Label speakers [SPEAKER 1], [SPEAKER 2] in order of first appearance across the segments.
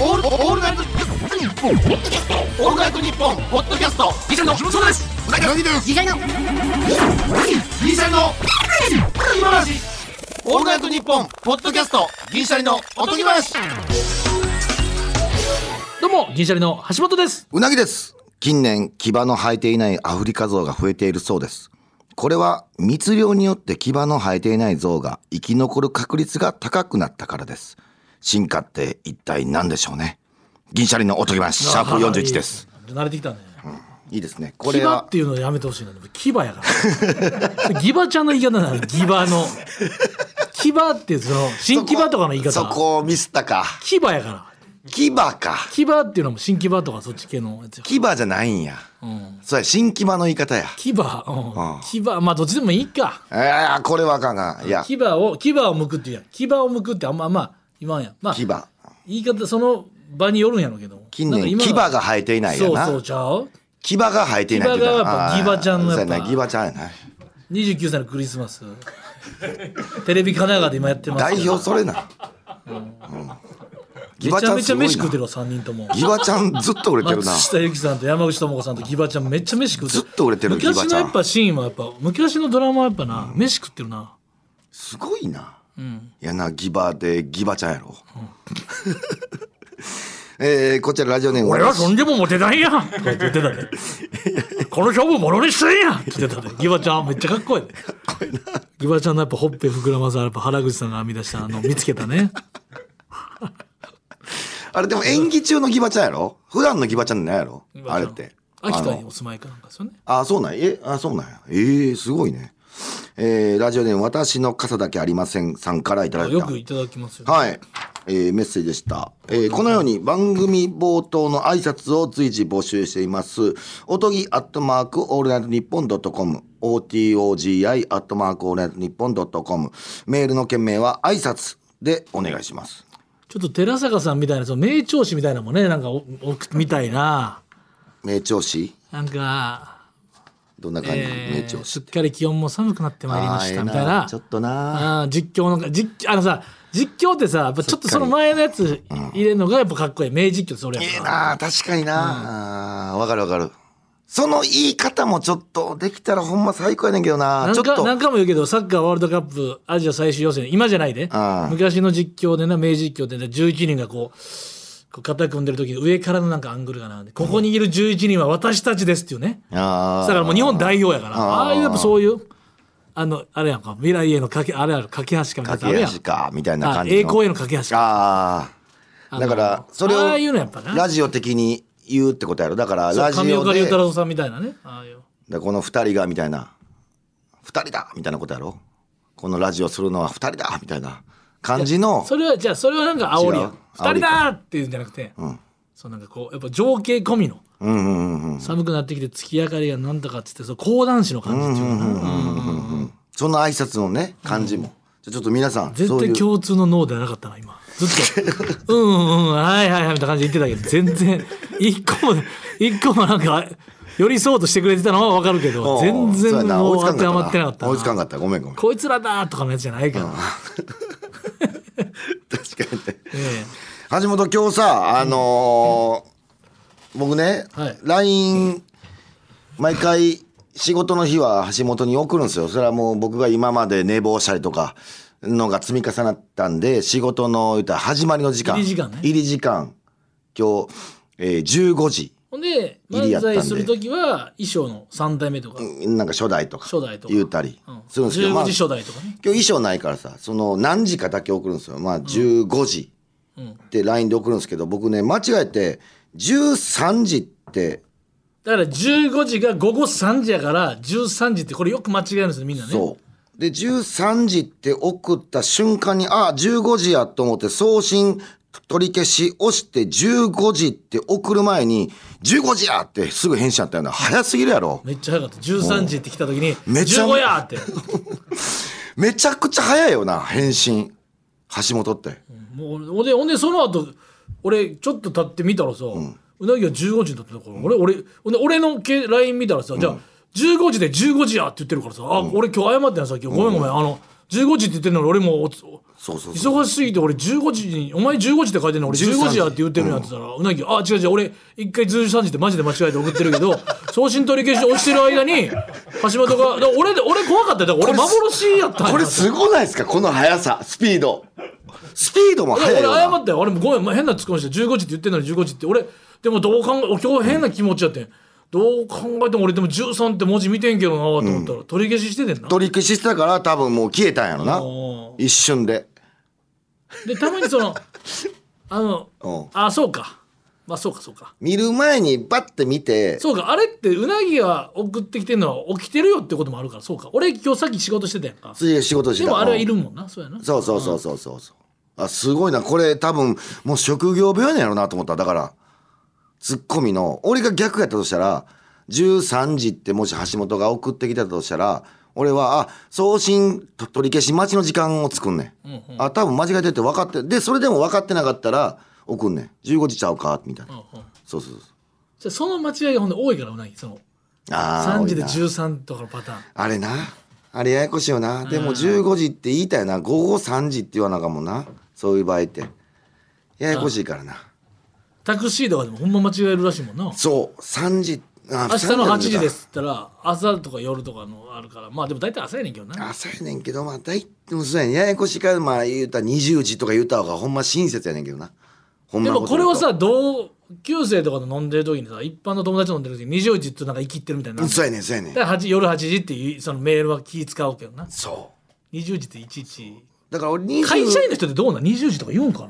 [SPEAKER 1] オールオールナイトニッポンオールナイトニッポンポッドキャストギシャリのそうですうなぎです
[SPEAKER 2] ギシャリの
[SPEAKER 1] ギシャリの今話オールナイトニッポンポッドキャストギシャリのおとぎ話
[SPEAKER 3] どうも銀シャリの橋本です
[SPEAKER 4] うなぎです。近年、牙の生えていないアフリカゾウが増えているそうです。これは密猟によって牙の生えていないゾウが生き残る確率が高くなったからです。進化って一体何でしょうね。銀シャリのおとぎ話、シャープ41です。
[SPEAKER 3] 慣れてきたね
[SPEAKER 4] いいですね。こ
[SPEAKER 3] ギ
[SPEAKER 4] れ
[SPEAKER 3] バ
[SPEAKER 4] は
[SPEAKER 3] っ。ていうのやめてほしいな牙やからギバちゃんの言い方なのギバの牙ってその新牙とかの言い
[SPEAKER 4] そこそ
[SPEAKER 3] 方
[SPEAKER 4] こをミスったか。
[SPEAKER 3] 牙やから
[SPEAKER 4] 牙か。
[SPEAKER 3] 牙っていうのも新牙とかそっち系のやつや
[SPEAKER 4] 牙じゃないんや。
[SPEAKER 3] うん
[SPEAKER 4] そうや、新牙の言い方や。
[SPEAKER 3] 牙、うん、牙まあどっちでもいいか
[SPEAKER 4] いやいやこれはあかんが。いや、
[SPEAKER 3] 牙を牙を向くっていうやん牙を向くってあんままあ言わんやんまあ
[SPEAKER 4] 牙。
[SPEAKER 3] 言い方その場によるんやろうけど
[SPEAKER 4] 近
[SPEAKER 3] なんか
[SPEAKER 4] 年、
[SPEAKER 3] 今の
[SPEAKER 4] 牙が生えていないやな。
[SPEAKER 3] そうそうちゃう
[SPEAKER 4] 牙が生えていないって言うたら
[SPEAKER 3] 牙がやっぱ
[SPEAKER 4] あー
[SPEAKER 3] 牙ちゃんのやっぱ
[SPEAKER 4] そうやな牙ちゃんやな
[SPEAKER 3] 29歳のクリスマス テレビ神奈川で今やってますけど
[SPEAKER 4] 代表それな、うん、
[SPEAKER 3] めちゃめちゃ飯食うて
[SPEAKER 4] る
[SPEAKER 3] るわ3人とも
[SPEAKER 4] ギバちゃんずっと売れてるな
[SPEAKER 3] 松下由紀さんと山口智子さんとギバちゃんめっちゃ飯食うてる
[SPEAKER 4] ずっと売れてるギバちゃん
[SPEAKER 3] 昔のやっぱシーンはやっぱ昔のドラマはやっぱな、飯食ってるな
[SPEAKER 4] すごいな、いやなギバでギバちゃんや ろ、えーこちらラジオネーム
[SPEAKER 3] 俺はそんでもモテないやんとか言ってたでこの勝負ものにしてんやんって言ってたでギバちゃんめっちゃかっこいいでギバちゃんのやっぱほっぺ膨らまさやっぱ原口さんが編み出したあの見つけたね
[SPEAKER 4] あれでも演技中のギバちゃんやろ普段のギバちゃんなんやろあれって
[SPEAKER 3] 秋田
[SPEAKER 4] あの
[SPEAKER 3] にお住まいかなんかですよね
[SPEAKER 4] あ、そうなんえ、あ、そうなんや。えー、すごいね。えー、ラジオネーム、私の傘だけありませんさんからいただいた。
[SPEAKER 3] よくいただきますよ、
[SPEAKER 4] はい、えーメッセージでした、えーこのように番組冒頭の挨拶を随時募集していますおとぎアットマークオールナイトニッポンドットコム OTOGI アットマークオールナイトニッポンドットコムメールの件名は挨拶でお願いします
[SPEAKER 3] ちょっと寺坂さんみたいなその名調子みたいなのもねなんかおおみたいな
[SPEAKER 4] 名調子
[SPEAKER 3] なんか、
[SPEAKER 4] どんな感じ、名
[SPEAKER 3] え
[SPEAKER 4] 調
[SPEAKER 3] ー、
[SPEAKER 4] 子
[SPEAKER 3] すっかり気温も寒くなってまいりま
[SPEAKER 4] あー
[SPEAKER 3] し
[SPEAKER 4] え
[SPEAKER 3] た
[SPEAKER 4] え
[SPEAKER 3] み
[SPEAKER 4] な
[SPEAKER 3] たいな
[SPEAKER 4] ちょっとな
[SPEAKER 3] あー実況の実あのさ実況ってさやっぱちょっとその前のやつ入れるのがやっぱかっこいい名実況ってそれ
[SPEAKER 4] ええ
[SPEAKER 3] やから
[SPEAKER 4] な確かになあーわ、かるわかるその言い方もちょっとできたらほんま最高やねんけどな
[SPEAKER 3] 何
[SPEAKER 4] ちょっ
[SPEAKER 3] 回
[SPEAKER 4] と
[SPEAKER 3] 何回も言うけどサッカーワールドカップアジア最終予選今じゃないで
[SPEAKER 4] あー
[SPEAKER 3] 昔の実況でな名実況でな11人がこうこう肩組んでる時に上からのなんかアングルがなここにいる11人は私たちですっていうね、
[SPEAKER 4] あー
[SPEAKER 3] だからもう日本代表やからあ
[SPEAKER 4] あー
[SPEAKER 3] あいうやっぱそういうあのあれやんか未来への架けあれある架け橋かみたいな
[SPEAKER 4] 駆
[SPEAKER 3] やつある
[SPEAKER 4] け
[SPEAKER 3] やん
[SPEAKER 4] 足かみたいな
[SPEAKER 3] あ
[SPEAKER 4] 感じの
[SPEAKER 3] 栄光への架け橋か
[SPEAKER 4] ああだからそれ
[SPEAKER 3] ああいうのやっ
[SPEAKER 4] を
[SPEAKER 3] ぱな
[SPEAKER 4] ラジオ的に言うってことやろだからラジ
[SPEAKER 3] 上
[SPEAKER 4] オ
[SPEAKER 3] 岡
[SPEAKER 4] で
[SPEAKER 3] 龍
[SPEAKER 4] だか
[SPEAKER 3] 太郎さんみたいなねああいう
[SPEAKER 4] らこの2人がみたいな「2人だ!」みたいなことやろこのラジオするのは2人だみたいな感じの
[SPEAKER 3] それはじゃあそれはなんか煽りや
[SPEAKER 4] 違うん
[SPEAKER 3] 2人だーっていうんじゃなくて、そうなんかこうやっぱ情景込みの、
[SPEAKER 4] うんうんうんうん
[SPEAKER 3] 寒くなってきて月明かりがなんだかっつってそう講談師の感じっていうかな、
[SPEAKER 4] その挨拶のね感じもじゃあちょっと皆さん
[SPEAKER 3] 絶
[SPEAKER 4] そうい
[SPEAKER 3] 対
[SPEAKER 4] う
[SPEAKER 3] 共通の脳ではなかったな今ずっとうんうんうんはいはいはいみたいな感じで言ってたけど全然一個も一個もなんか寄り添おうとしてくれてたのはわかるけど
[SPEAKER 4] おう
[SPEAKER 3] 全
[SPEAKER 4] そうや
[SPEAKER 3] 然
[SPEAKER 4] な
[SPEAKER 3] も
[SPEAKER 4] 追
[SPEAKER 3] う
[SPEAKER 4] いつ
[SPEAKER 3] 当て
[SPEAKER 4] か
[SPEAKER 3] は
[SPEAKER 4] ん
[SPEAKER 3] まってなかったな
[SPEAKER 4] 追いつかんかったごめんごめん
[SPEAKER 3] こいつらだとかのやつじゃないから、
[SPEAKER 4] 確かにね
[SPEAKER 3] ええ
[SPEAKER 4] 橋本今日さあのー僕ね、
[SPEAKER 3] はい
[SPEAKER 4] LINE 毎回仕事の日は橋本に送るんですよそれはもう僕が今まで寝坊したりとかのが積み重なったんで仕事の言ったら始まりの時間
[SPEAKER 3] 入り時間ね
[SPEAKER 4] 入り時間今日、えー15時
[SPEAKER 3] ほんで
[SPEAKER 4] 入りや
[SPEAKER 3] 漫
[SPEAKER 4] ったんで
[SPEAKER 3] 才する時は衣装の3代目とか、
[SPEAKER 4] なんか初代とか
[SPEAKER 3] 初代とか
[SPEAKER 4] 言うたり
[SPEAKER 3] うん、
[SPEAKER 4] するんですけど、ま
[SPEAKER 3] 15
[SPEAKER 4] あ
[SPEAKER 3] 時
[SPEAKER 4] 今
[SPEAKER 3] 初代とかね、
[SPEAKER 4] 日衣装ないからさその何時かだけ送るんですよまあ15時。
[SPEAKER 3] うん、
[SPEAKER 4] って LINE で送るんですけど僕ね間違えて13時って
[SPEAKER 3] だから15時が午後3時やから13時ってこれよく間違えるんですよみんなね
[SPEAKER 4] そうで13時って送った瞬間にあ15時やと思って送信取り消し押して15時って送る前に15時やってすぐ返信あったよな早すぎるやろ
[SPEAKER 3] めっちゃ早かった13時って来た時に「
[SPEAKER 4] めちゃ
[SPEAKER 3] 15や!」って
[SPEAKER 4] めちゃくちゃ早いよな返信橋本って
[SPEAKER 3] もうほんでほんでその後俺ちょっと経ってみたらさ、うなぎが15時だったから、俺俺ほんで俺のけ LINE 見たらさ、じゃあ15時で15時やって言ってるからさ、あ俺今日謝ってんさっきごめんごめん、あの15時って言ってるのに俺もおつ
[SPEAKER 4] そうそうそう
[SPEAKER 3] 忙しすぎて俺15時に「お前15時って書いてんの俺15時や」って言ってるんやってたら、うなぎ「あ違う違う俺一回13時ってマジで間違えて送ってるけど送信取り消し押してる間に橋本がだから俺で俺怖かったよだから俺幻やったんや
[SPEAKER 4] これすごないですかこの速さスピードスピードも
[SPEAKER 3] いや
[SPEAKER 4] 速い
[SPEAKER 3] 俺
[SPEAKER 4] よ
[SPEAKER 3] 謝
[SPEAKER 4] な
[SPEAKER 3] ったよ俺もごめんお前変なツッコミして15時って言ってんのに15時って俺でもどう考え俺今日変な気持ちやってんどう考えても俺でも13って文字見てんけどなと思ったら、取り消ししててんな
[SPEAKER 4] 取り消ししてたから多分もう消えたんやろな
[SPEAKER 3] お
[SPEAKER 4] 一瞬で
[SPEAKER 3] でたまに そのあの
[SPEAKER 4] うん
[SPEAKER 3] あそうかまあそうかそうか
[SPEAKER 4] 見る前にバッて見て
[SPEAKER 3] そうかあれってうなぎが送ってきてんのは起きてるよってこともあるからそうか俺今日さっき仕事してたやんか
[SPEAKER 4] 次仕事して
[SPEAKER 3] で
[SPEAKER 4] た
[SPEAKER 3] もあれはい
[SPEAKER 4] うん
[SPEAKER 3] るもんなそうやな
[SPEAKER 4] そうそうそうそうそうそうあすごいなこれ多分もう職業病なんやろなと思っただからツッコミの俺が逆やったとしたら13時ってもし橋本が送ってきたとしたら俺はあ送信と取り消し待ちの時間を作んねん、あ多分間違えてるって分かってでそれでも分かってなかったら送んねん15時ちゃうかみたいな、
[SPEAKER 3] うんうん
[SPEAKER 4] そうそうそう
[SPEAKER 3] じゃあその間違いがほんで多いからうなぎその
[SPEAKER 4] あー
[SPEAKER 3] 3時で
[SPEAKER 4] 多いな
[SPEAKER 3] 13とかのパターン
[SPEAKER 4] あれなあれややこしいよなでも15時って言いたいな午後3時って言わなあかんもんなそういう場合ってややこしいからな
[SPEAKER 3] タクシーとかでもほんま間違えるらしいもんな
[SPEAKER 4] そう3時あ
[SPEAKER 3] 明日の8時ですすって言ったら朝とか夜とかのあるからまあでも大体朝やねんけどな
[SPEAKER 4] 朝やねんけどまあ大体もそうやねんややこしいからまあ言うたら20時とか言うた方がほんま親切やねんけどなほん
[SPEAKER 3] で
[SPEAKER 4] まの
[SPEAKER 3] も
[SPEAKER 4] と
[SPEAKER 3] これ
[SPEAKER 4] 言う
[SPEAKER 3] は
[SPEAKER 4] と
[SPEAKER 3] さ同級生とかの飲んでる時にさ一般の友達と飲んでる時に20時ってなんか生きってるみたいな
[SPEAKER 4] そうやねんそうやねん
[SPEAKER 3] だから8夜8時っていうそのメールは気使うけどな
[SPEAKER 4] そ
[SPEAKER 3] 20時っていちいち
[SPEAKER 4] うだから俺20
[SPEAKER 3] 会社員の人ってどうなん20時とか言うんかな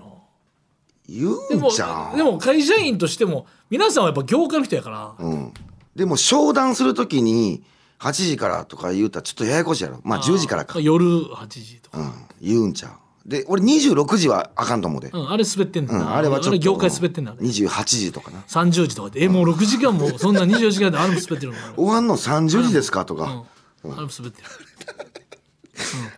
[SPEAKER 4] 言う
[SPEAKER 3] で
[SPEAKER 4] ん
[SPEAKER 3] も
[SPEAKER 4] じゃん
[SPEAKER 3] でも会社員としても皆さんはやっぱ業界の人やから、
[SPEAKER 4] うん、でも商談するときに8時からとか言うたらちょっとややこしいやろまあ10時からか
[SPEAKER 3] 夜8時とか、
[SPEAKER 4] うん、言うんちゃうで俺26時はあかんと思うで、う
[SPEAKER 3] うんんあれ滑ってんだ、
[SPEAKER 4] あれはちょっと
[SPEAKER 3] 業界滑ってんだ、あれ
[SPEAKER 4] 28時とかな
[SPEAKER 3] 30時とかでえもう6時間もそんな24時間であれも滑ってるのかな
[SPEAKER 4] 終わんの30時ですかとか、
[SPEAKER 3] うん、あれも滑ってる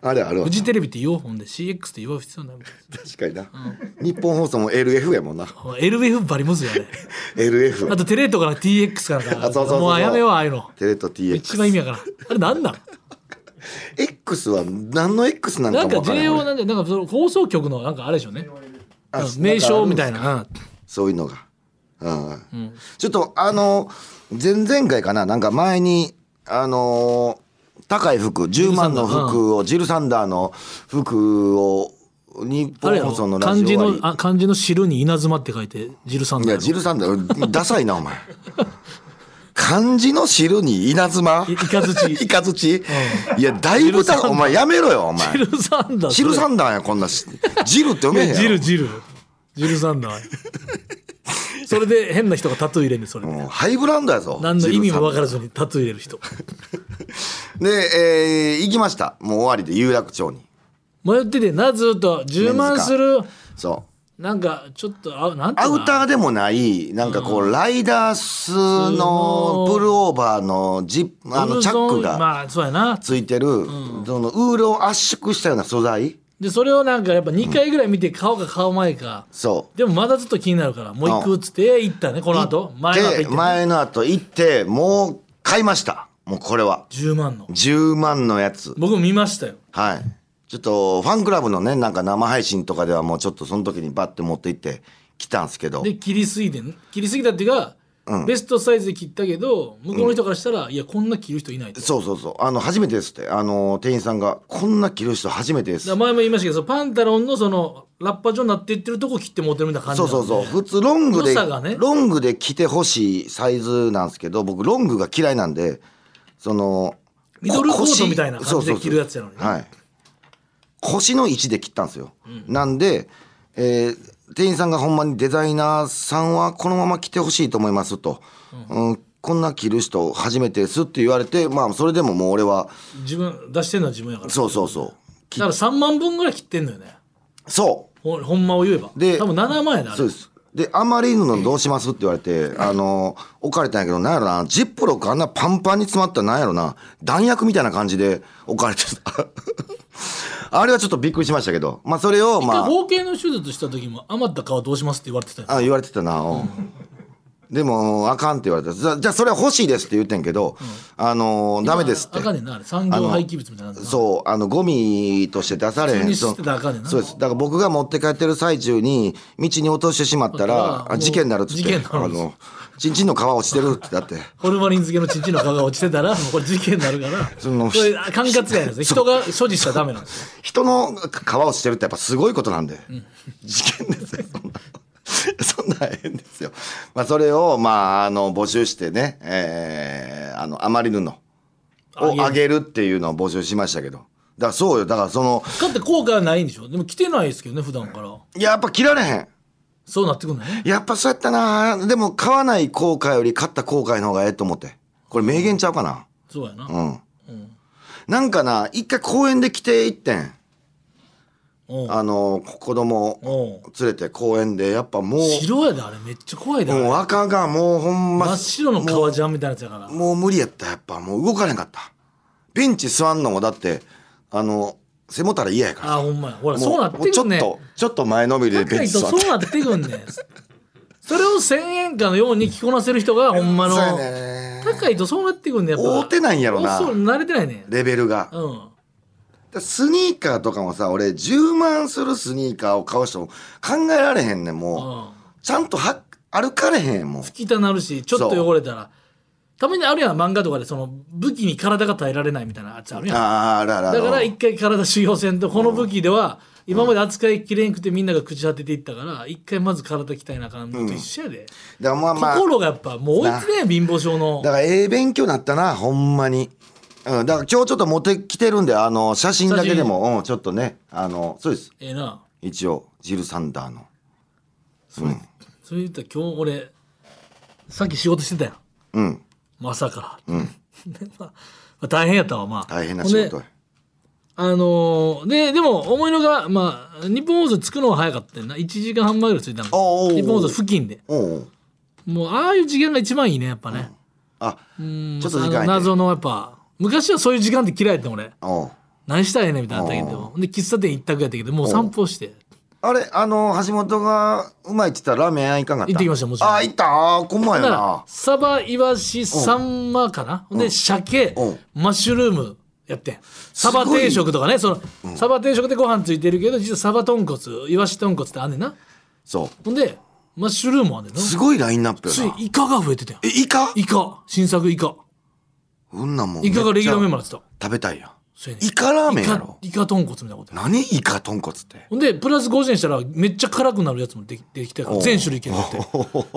[SPEAKER 4] あれあるわ
[SPEAKER 3] フジテレビって言おうほんで CX って言わう必要ないもん
[SPEAKER 4] 確かにな、日本放送も LF やもんな
[SPEAKER 3] LVF バリムズやねあ
[SPEAKER 4] LF
[SPEAKER 3] とテレ東から TX から
[SPEAKER 4] あそうそうそうそう
[SPEAKER 3] もうやめようああいうの
[SPEAKER 4] テレと
[SPEAKER 3] 一番
[SPEAKER 4] TX
[SPEAKER 3] 意味やからんあれなんなん
[SPEAKER 4] X は何の X なん
[SPEAKER 3] な
[SPEAKER 4] かも
[SPEAKER 3] んか
[SPEAKER 4] わからない
[SPEAKER 3] JO なんでなんかその放送局のなんかあれでしょうね
[SPEAKER 4] あ
[SPEAKER 3] うん名称みたい
[SPEAKER 4] んか
[SPEAKER 3] な
[SPEAKER 4] あるんですそういうのが、うんちょっとあの前々回かななんか前にあの高い服10万の服をジルサンダーの服を日
[SPEAKER 3] あ
[SPEAKER 4] 本
[SPEAKER 3] れや
[SPEAKER 4] 放送
[SPEAKER 3] ろ
[SPEAKER 4] のラ
[SPEAKER 3] 漢
[SPEAKER 4] ジオ
[SPEAKER 3] 字
[SPEAKER 4] 終わ
[SPEAKER 3] の
[SPEAKER 4] り
[SPEAKER 3] あ漢字の汁に稲妻って書いてジルサン
[SPEAKER 4] い
[SPEAKER 3] ダー
[SPEAKER 4] や、
[SPEAKER 3] の
[SPEAKER 4] ジルさんだよ。ダサいな、お前。漢字の汁に稲妻
[SPEAKER 3] いイカズチ
[SPEAKER 4] イカズチいや、だいぶ
[SPEAKER 3] ジルサン
[SPEAKER 4] だ、
[SPEAKER 3] ダー
[SPEAKER 4] お前やめろよ、お前
[SPEAKER 3] ジ。ルサンダー
[SPEAKER 4] 汁サ
[SPEAKER 3] ン
[SPEAKER 4] ンダーや、こんなし。汁って読めへんやろ
[SPEAKER 3] ジルジルジルサンダ ーそれで変な人がタトゥー入れんねんそれ
[SPEAKER 4] もうハイブランドやぞ。
[SPEAKER 3] 何の意味も分から
[SPEAKER 4] ジ
[SPEAKER 3] ずにタトゥー入れる人
[SPEAKER 4] ルサンダーで、えー行きました。もう終わりで、有楽町に。
[SPEAKER 3] 迷っててなずっと10万する
[SPEAKER 4] そう。
[SPEAKER 3] なんかちょっとあなんてい
[SPEAKER 4] ア
[SPEAKER 3] うの
[SPEAKER 4] ウターでもない、なんかこう、ライダースのプルオーバーのジップ、あの、チャックが
[SPEAKER 3] まあそうやな
[SPEAKER 4] ついてる、その、ウールを圧縮したような素材。
[SPEAKER 3] でそれをなんかやっぱ2回ぐらい見て顔か顔前か
[SPEAKER 4] そう。
[SPEAKER 3] でもまだずっと気になるからもう行くっつって行ったねこの後前の
[SPEAKER 4] で
[SPEAKER 3] 後行って
[SPEAKER 4] 前の後行ってもう買いましたもうこれは
[SPEAKER 3] 10万の
[SPEAKER 4] 10万のやつ
[SPEAKER 3] 僕も見ましたよ
[SPEAKER 4] はいちょっとファンクラブのねなんか生配信とかではもうちょっとその時にバッて持って行って来たんですけど
[SPEAKER 3] で切りすぎてん切りすぎたっていうか、ベストサイズで切ったけど向こうの人からしたら、いやこんな切る人いないとだか
[SPEAKER 4] そうそうそうあの初めてですってあの店員さんが「こんな着る人初めてです
[SPEAKER 3] ら」前も言いましたけどそのパンタロンのそのラッパ状になっていってるとこ切って持ってるみたいな感じ
[SPEAKER 4] そ
[SPEAKER 3] な
[SPEAKER 4] うんそうそう
[SPEAKER 3] で
[SPEAKER 4] 普通ロングで、
[SPEAKER 3] 良さがね
[SPEAKER 4] ロングで着てほしいサイズなんですけど僕ロングが嫌いなんでその
[SPEAKER 3] ミドルコー
[SPEAKER 4] 腰
[SPEAKER 3] トみたいな感じで着るやつやのにね
[SPEAKER 4] そうそうそうはい、腰の位置で切ったんですよ、なんで、えー店員さんがほんまにデザイナーさんはこのまま着てほしいと思いますと、うんこんな着る人初めてですって言われてまあそれでももう俺は
[SPEAKER 3] 自分出してるのは自分やからだ
[SPEAKER 4] そうそうそうき
[SPEAKER 3] から3万分ぐらい切ってんのよね
[SPEAKER 4] そう
[SPEAKER 3] ほほんまを言えば
[SPEAKER 4] で
[SPEAKER 3] 多分7万やなあれ
[SPEAKER 4] そうです。で、あまりのどうしますって言われて、あの、置かれたんやけど、なんやろな、ジップロックあんなパンパンに詰まったなんやろな、弾薬みたいな感じで置かれてた。 あれはちょっとびっくりしましたけど、まあそれを、
[SPEAKER 3] 一回
[SPEAKER 4] ま
[SPEAKER 3] 包茎の手術した時も余った皮どうしますって言われてたよ
[SPEAKER 4] あ、あ言われてたな、うんでも、あかんって言われた。じゃじゃあ、それは欲しいですって言ってんけど、あのー、ダメですって
[SPEAKER 3] あ。かんねんなあれ産業廃棄物みたいなのな
[SPEAKER 4] そう、あの、ゴミとして出されへ
[SPEAKER 3] 普
[SPEAKER 4] ん。
[SPEAKER 3] 通に
[SPEAKER 4] そ
[SPEAKER 3] 捨てたらあかんねんな
[SPEAKER 4] そうです。だから僕が持って帰ってる最中に、道に落としてしまったら、
[SPEAKER 3] あ
[SPEAKER 4] あ事件になるっつっ
[SPEAKER 3] 事
[SPEAKER 4] て
[SPEAKER 3] 件に、な
[SPEAKER 4] あ
[SPEAKER 3] るんです
[SPEAKER 4] の、ちんちんの皮落ちてるってだって。
[SPEAKER 3] ホルマリン漬けのチンチンの皮が落ちてたらもうこれ事件になるから
[SPEAKER 4] その
[SPEAKER 3] これあ管轄外なんですね人が所持したらダメなんですよ
[SPEAKER 4] 人の皮を捨てるってやっぱすごいことなんで、事件ですよそんなそんな変ですよ、まあ、それを、まあ、あの募集してね、えーあの余り布をあげるっていうのを募集しましたけどだからそうよだからその
[SPEAKER 3] だって効果はないんでしょでも着てないですけどね普段から
[SPEAKER 4] いややっぱ切られへん
[SPEAKER 3] そうなってくるのね
[SPEAKER 4] やっぱそうやったなでも買わない後悔より買った後悔の方がええと思ってこれ名言ちゃうかな
[SPEAKER 3] そうやな、
[SPEAKER 4] うん、なんかな一回公園で着ていってん
[SPEAKER 3] おう
[SPEAKER 4] あの子供
[SPEAKER 3] おう
[SPEAKER 4] 連れて公園でやっぱもう
[SPEAKER 3] 白やであれめっちゃ怖いであれ
[SPEAKER 4] もう赤がもうほんま
[SPEAKER 3] 真っ白の革ジャンみたいなやつやから
[SPEAKER 4] もう無理やったやっぱもう動かれんかったベンチ座んのもだってあの背もたれ嫌やから
[SPEAKER 3] あほんまやほら
[SPEAKER 4] も
[SPEAKER 3] そうなって
[SPEAKER 4] ちょ
[SPEAKER 3] くん
[SPEAKER 4] っ
[SPEAKER 3] ね
[SPEAKER 4] とちょっと前のめりでベ
[SPEAKER 3] 高
[SPEAKER 4] ン
[SPEAKER 3] い
[SPEAKER 4] チ
[SPEAKER 3] と
[SPEAKER 4] 座っ
[SPEAKER 3] そう
[SPEAKER 4] て
[SPEAKER 3] なってくんねんそれを千円貨のように着こなせる 人がほんまの
[SPEAKER 4] そうやね
[SPEAKER 3] 高いとそうなってくんねんやっぱ
[SPEAKER 4] 合うてないんやろな
[SPEAKER 3] そう慣れてないねん
[SPEAKER 4] レベルがだか
[SPEAKER 3] うん
[SPEAKER 4] らスニーカーとかもさ俺10万するスニーカーを買う人も考えられへんねんもう
[SPEAKER 3] うん
[SPEAKER 4] ちゃんとは歩かれへんもう
[SPEAKER 3] 汚なるしちょっと汚れたらたまにあるやん漫画とかでその武器に体が耐えられないみたいなやつあるやん
[SPEAKER 4] あーあらあらあ
[SPEAKER 3] だから
[SPEAKER 4] ら
[SPEAKER 3] 一回体修行せんとこの武器では今まで扱いきれんくてみんなが口当てていったから一回まず体鍛えなあかんのと一緒やで、
[SPEAKER 4] だからまあまあ
[SPEAKER 3] 心がやっぱもう追いつねえ貧乏症の
[SPEAKER 4] だからええ勉強になったなほんまに、うん、だから今日ちょっと持ってきてるんであの写真だけでも、うん、ちょっとねあのそうです
[SPEAKER 3] ええな
[SPEAKER 4] 一応ジル・サンダーの
[SPEAKER 3] それ言ったら今日俺さっき仕事してたやん
[SPEAKER 4] うん
[SPEAKER 3] まさか、 でまあまあ大変やったわまあ
[SPEAKER 4] 大変な
[SPEAKER 3] ほん
[SPEAKER 4] 仕
[SPEAKER 3] で
[SPEAKER 4] 事や
[SPEAKER 3] あのーででも思いのが、まあ、日本放送着くのは早かったよな1時間半前ぐらい着いたの
[SPEAKER 4] おうおうおう
[SPEAKER 3] 日本放送付近で
[SPEAKER 4] おうおう
[SPEAKER 3] もうああいう時間が一番いいねやっぱね、
[SPEAKER 4] あ
[SPEAKER 3] うん
[SPEAKER 4] ちょっと時間空
[SPEAKER 3] あ
[SPEAKER 4] いて
[SPEAKER 3] の謎のやっぱ昔はそういう時間って嫌いやった俺
[SPEAKER 4] おう
[SPEAKER 3] 何したらええねんみたいなのあったけどで喫茶店一択やったけどもう散歩して
[SPEAKER 4] あれあの橋本がうまいって言ったらラーメン屋行かんかった
[SPEAKER 3] 行ってきましたもちろん
[SPEAKER 4] あ行ったあーこんま
[SPEAKER 3] だ
[SPEAKER 4] や
[SPEAKER 3] か
[SPEAKER 4] な
[SPEAKER 3] らサバイワシサンマかなで鮭
[SPEAKER 4] うん
[SPEAKER 3] マッシュルームやってんサバ定食とかねそのサバ定食でご飯ついてるけど実はサバ豚骨イワシ豚骨ってあんねんな
[SPEAKER 4] そ
[SPEAKER 3] ほんでマッシュルームもあんねんな
[SPEAKER 4] うすごいラインナップ
[SPEAKER 3] つ
[SPEAKER 4] よない
[SPEAKER 3] イカが増えてたよ
[SPEAKER 4] えイカ
[SPEAKER 3] イカ新作イカ
[SPEAKER 4] うんなんもん
[SPEAKER 3] イカがレギュラーメン
[SPEAKER 4] めっ
[SPEAKER 3] バーになってた
[SPEAKER 4] ちゃ食べたいやん
[SPEAKER 3] そうやねん
[SPEAKER 4] イカラーメンやろ
[SPEAKER 3] イカイカ豚骨みたいなことや
[SPEAKER 4] 何イカ豚骨って
[SPEAKER 3] ほんでプラス50円したらめっちゃ辛くなるやつもできできて
[SPEAKER 4] おう
[SPEAKER 3] 全種類いけるって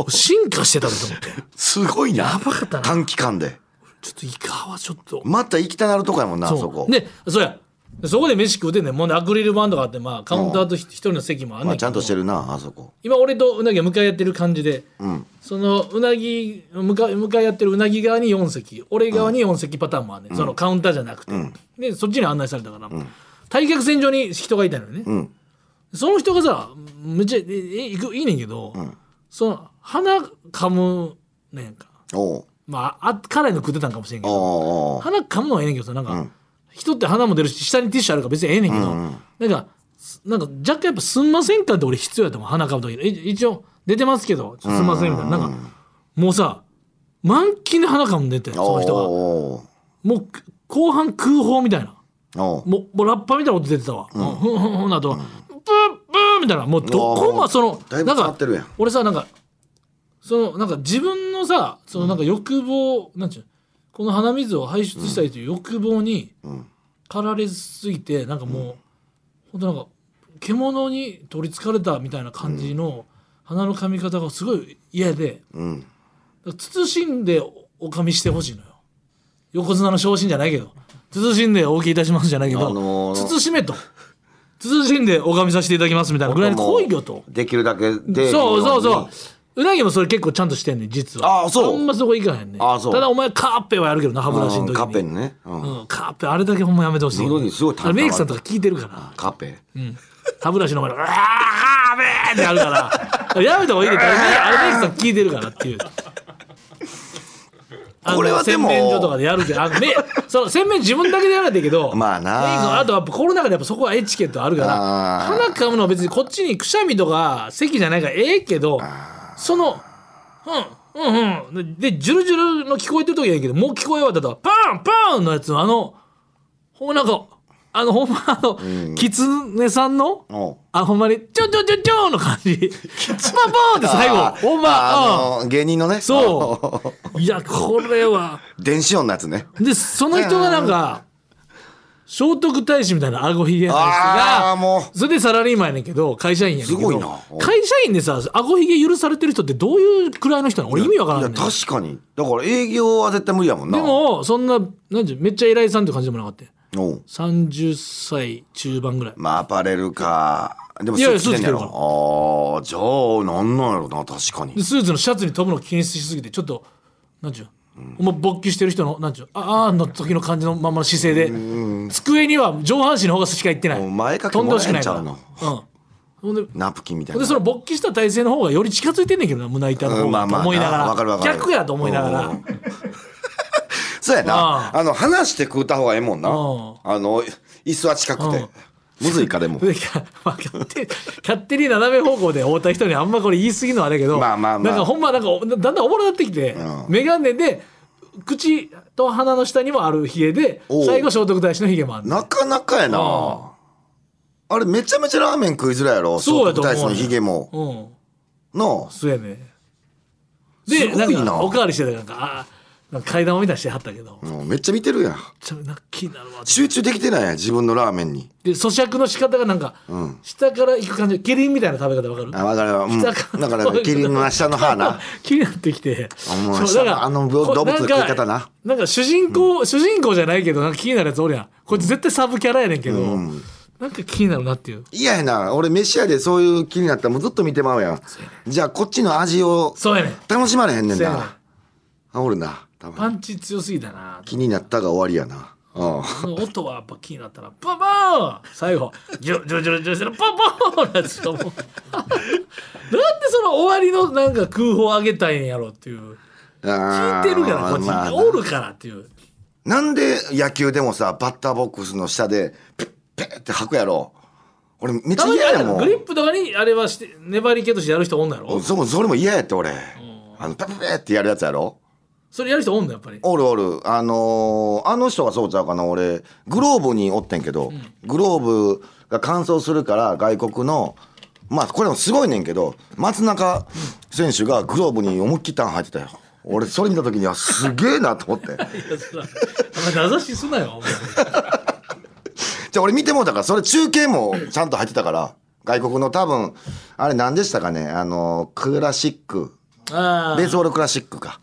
[SPEAKER 3] 進化してたと思って
[SPEAKER 4] すごいな
[SPEAKER 3] やばかったな
[SPEAKER 4] 短期間で
[SPEAKER 3] ちょっとイカはちょっと
[SPEAKER 4] また行きたなるとこやもんなそこ
[SPEAKER 3] でそうやそこで飯食うてんねんもうねアクリル板とかあってまあカウンターとひ一人の席もあん
[SPEAKER 4] ま
[SPEAKER 3] ね
[SPEAKER 4] あ、
[SPEAKER 3] ん
[SPEAKER 4] ちゃんとしてるなあそこ
[SPEAKER 3] 今俺とうなぎが向かい合ってる感じで、
[SPEAKER 4] ん
[SPEAKER 3] そのうなぎ向か向かい合ってるうなぎ側に4席俺側に4席パターンもあんねん、そのカウンターじゃなくて、でそっちに案内されたから、対客線上に人がいたのよね、
[SPEAKER 4] ん
[SPEAKER 3] その人がさめっちゃええいくいいねんけど、その鼻噛むねんか
[SPEAKER 4] おう
[SPEAKER 3] まああ辛いの食ってたんかもしれんけど
[SPEAKER 4] おうおう
[SPEAKER 3] 鼻噛むのはええねんけどさなんか、人って鼻も出るし下にティッシュあるから別にええねんけど、なんかすなんか若干やっぱ「すんませんか?」って俺必要やと思う鼻噛む時え一応出てますけどちょっとすんませんみたいななんかもうさ満勤で鼻噛んでてその人が
[SPEAKER 4] おう
[SPEAKER 3] もう後半空砲みたいな
[SPEAKER 4] おうおう
[SPEAKER 3] もうもうラッパみたいな音出てたわ、うん、ふんふんふんあと、ブーブーみたいなもうどこもその
[SPEAKER 4] だいぶ
[SPEAKER 3] なん
[SPEAKER 4] 変わ
[SPEAKER 3] か
[SPEAKER 4] ってるやん
[SPEAKER 3] 俺さなんかそのなんか自分のさそのなんか欲望、なんちゅうのこの鼻水を排出したいという欲望に
[SPEAKER 4] ん
[SPEAKER 3] 駆られすぎてなんかもう、ほんとなんか獣に取りつかれたみたいな感じの鼻の噛み方がすごい嫌で
[SPEAKER 4] うん
[SPEAKER 3] だから慎んでおお噛みしてほしいのよ横綱の昇進じゃないけど慎んでお受けいたしますじゃないけど、
[SPEAKER 4] あのー
[SPEAKER 3] 慎めと慎んでお噛みさせていただきますみたいなぐらいの行為よと。
[SPEAKER 4] できるだけで
[SPEAKER 3] そうそうそう。うなぎもそれ結構ちゃんとしてんねん実は。
[SPEAKER 4] あそう
[SPEAKER 3] あんまそこいかへんねん。
[SPEAKER 4] あそう
[SPEAKER 3] ただお前カーペはやるけどな、歯ブラシの時に。
[SPEAKER 4] カッペンね、うん
[SPEAKER 3] うん、カーペあれだけほんまやめてほしい、
[SPEAKER 4] 喉にすごい痰溜ま
[SPEAKER 3] あ
[SPEAKER 4] る
[SPEAKER 3] れメイクさんとか聞いてるから。
[SPEAKER 4] カッペ
[SPEAKER 3] うん。歯ブラシの前で、うわー、カーペーってやるから。やめた方がいいで、あれメイクさん聞いてるからっていう。あの
[SPEAKER 4] これはでも
[SPEAKER 3] 洗面所とかでやるけど、あのめその洗面所自分だけでやらないといけど、
[SPEAKER 4] まあな
[SPEAKER 3] メイクさんあとはやっぱコロナ禍でやっぱそこはエチケットあるか
[SPEAKER 4] あ
[SPEAKER 3] ら、
[SPEAKER 4] ー
[SPEAKER 3] 鼻噛むのは別にこっちにくしゃみとか咳じゃないからええけど、その、うん、うんうんでジュルジュルの聞こえてる時はいいけどもう聞こえはだとパンパンのやつのあのほんまなんかあのほんまあの、キツネさんの
[SPEAKER 4] おう
[SPEAKER 3] あほんまにちょんちょんちょんちょんの感じパンパンって最後
[SPEAKER 4] あー
[SPEAKER 3] ほんまうん
[SPEAKER 4] あの芸人のね
[SPEAKER 3] そういやこれは
[SPEAKER 4] う 電子音のやつね
[SPEAKER 3] でその人がなんか聖徳太子みたいなあごひげの人
[SPEAKER 4] ああ
[SPEAKER 3] が
[SPEAKER 4] も
[SPEAKER 3] それでサラリーマンやねんけど会社員やねんけど
[SPEAKER 4] すごいな
[SPEAKER 3] 会社員でさあごひげ許されてる人ってどういうくらいの人なの
[SPEAKER 4] う
[SPEAKER 3] 俺意味わからんね
[SPEAKER 4] い
[SPEAKER 3] ん
[SPEAKER 4] や確かにだから営業は絶対無理やもんな
[SPEAKER 3] でもそんななんていうめっちゃ偉いさんって感じでもなかったよ
[SPEAKER 4] おう
[SPEAKER 3] 30歳中盤ぐらい
[SPEAKER 4] まあアパレルかでも
[SPEAKER 3] いやいや
[SPEAKER 4] スーツ着てんねやろ
[SPEAKER 3] スーツ着
[SPEAKER 4] ああじゃあなんなんやろな確か
[SPEAKER 3] で
[SPEAKER 4] に
[SPEAKER 3] スーツのシャツに飛ぶの気にしすぎてちょっとなんちゅうお前勃起してる人のなんちゅうああーの時の感じのままの姿勢で机には上半身の方がしか行ってない
[SPEAKER 4] もう前掛
[SPEAKER 3] 飛
[SPEAKER 4] け
[SPEAKER 3] んで
[SPEAKER 4] もらえ
[SPEAKER 3] ほしくなんい
[SPEAKER 4] ち
[SPEAKER 3] か
[SPEAKER 4] ゃう
[SPEAKER 3] らうん
[SPEAKER 4] の
[SPEAKER 3] ほんで
[SPEAKER 4] ナプキンみたい
[SPEAKER 3] で
[SPEAKER 4] な
[SPEAKER 3] その勃起した体勢の方がより近づいてんねんけどな胸板の
[SPEAKER 4] う
[SPEAKER 3] 方
[SPEAKER 4] んまあ
[SPEAKER 3] が
[SPEAKER 4] ま
[SPEAKER 3] と
[SPEAKER 4] あ
[SPEAKER 3] 思いなが
[SPEAKER 4] あわかるわ
[SPEAKER 3] ら
[SPEAKER 4] かる
[SPEAKER 3] 逆やと思いながら
[SPEAKER 4] うんそうやな
[SPEAKER 3] あ
[SPEAKER 4] あの話して食うた方がええもんな
[SPEAKER 3] う
[SPEAKER 4] あの椅子は近く
[SPEAKER 3] う
[SPEAKER 4] て
[SPEAKER 3] ん
[SPEAKER 4] むずいかで も
[SPEAKER 3] でかまあ勝手に勝手に斜め方向で会うた人にあんまこれ言い過ぎのあれやけど
[SPEAKER 4] まあまあまあ
[SPEAKER 3] なんかほんまなんかだんだんおもろなってきて、
[SPEAKER 4] うん
[SPEAKER 3] 眼鏡で口と鼻の下にもあるひげで
[SPEAKER 4] おう
[SPEAKER 3] 最後聖徳太子のひげもある
[SPEAKER 4] なかなかやなあれめちゃめちゃラーメン食いづらいやろ
[SPEAKER 3] そうやと思う
[SPEAKER 4] 聖徳太子のヒゲも
[SPEAKER 3] うん
[SPEAKER 4] の
[SPEAKER 3] そうやね
[SPEAKER 4] す
[SPEAKER 3] で
[SPEAKER 4] ごいな
[SPEAKER 3] なんかおかわりしてたからなんかあなんか階段を見たいなしてはったけどめっ
[SPEAKER 4] うんめっちゃ見てるやん
[SPEAKER 3] ちゃな気になるわ
[SPEAKER 4] 集中できてないやん自分のラーメンに
[SPEAKER 3] で咀嚼の仕方がなんか、下から行く感じキリンみたいな食べ方わかる
[SPEAKER 4] あわかるわうん
[SPEAKER 3] 下
[SPEAKER 4] だ
[SPEAKER 3] か
[SPEAKER 4] かららキリンの下の歯な
[SPEAKER 3] 気になってきて
[SPEAKER 4] もう
[SPEAKER 3] そう
[SPEAKER 4] 下の
[SPEAKER 3] だから
[SPEAKER 4] あの動物の食い
[SPEAKER 3] こうなんか
[SPEAKER 4] 方な
[SPEAKER 3] なんか主人公、主人公じゃないけどなんか気になるやつおるやんこいつ絶対サブキャラやねんけど、なんか気になるなっていう
[SPEAKER 4] 嫌やな俺飯屋でそういう気になったらもうずっと見てまうやんじゃあこっちの味を
[SPEAKER 3] そうやねん
[SPEAKER 4] 楽しまれへんねん
[SPEAKER 3] そうやねん
[SPEAKER 4] なあおるな多分
[SPEAKER 3] パンチ強すぎだな
[SPEAKER 4] 気になったが終わりやなうん
[SPEAKER 3] その音はやっぱ気になったらババーン最後ジュジュジュジュジュババーンのやつがもうなんでその終わりのなんか空砲あげたいんやろっていう聞
[SPEAKER 4] 聞
[SPEAKER 3] いてるからこっち、おるからっていう
[SPEAKER 4] なんで野球でもさバッターボックスの下でペッペッって吐くやろ俺めっち
[SPEAKER 3] た
[SPEAKER 4] ゃ
[SPEAKER 3] まに
[SPEAKER 4] 嫌
[SPEAKER 3] あ
[SPEAKER 4] や
[SPEAKER 3] れ
[SPEAKER 4] も
[SPEAKER 3] グリッ
[SPEAKER 4] ん
[SPEAKER 3] プとかにあれはして粘り気としてやる人おんのやろ
[SPEAKER 4] そうそれも嫌やって俺あのペッペッってやるやつやろ
[SPEAKER 3] それやる人おんのやっぱり
[SPEAKER 4] おるおるあのーあの人がそうちゃうかな俺グローブにおってんけど、グローブが乾燥するから外国のまあこれもすごいねんけど松中選手がグローブに思いっきりターン入ってたよ俺それ見た時にはすげえなと思って
[SPEAKER 3] いやそらお前名指しすな よお前
[SPEAKER 4] じゃあ俺見てもうたからそれ中継もちゃんと入ってたから外国の多分あれ何でしたかねあのクラシック
[SPEAKER 3] あ
[SPEAKER 4] ベースボールクラシックか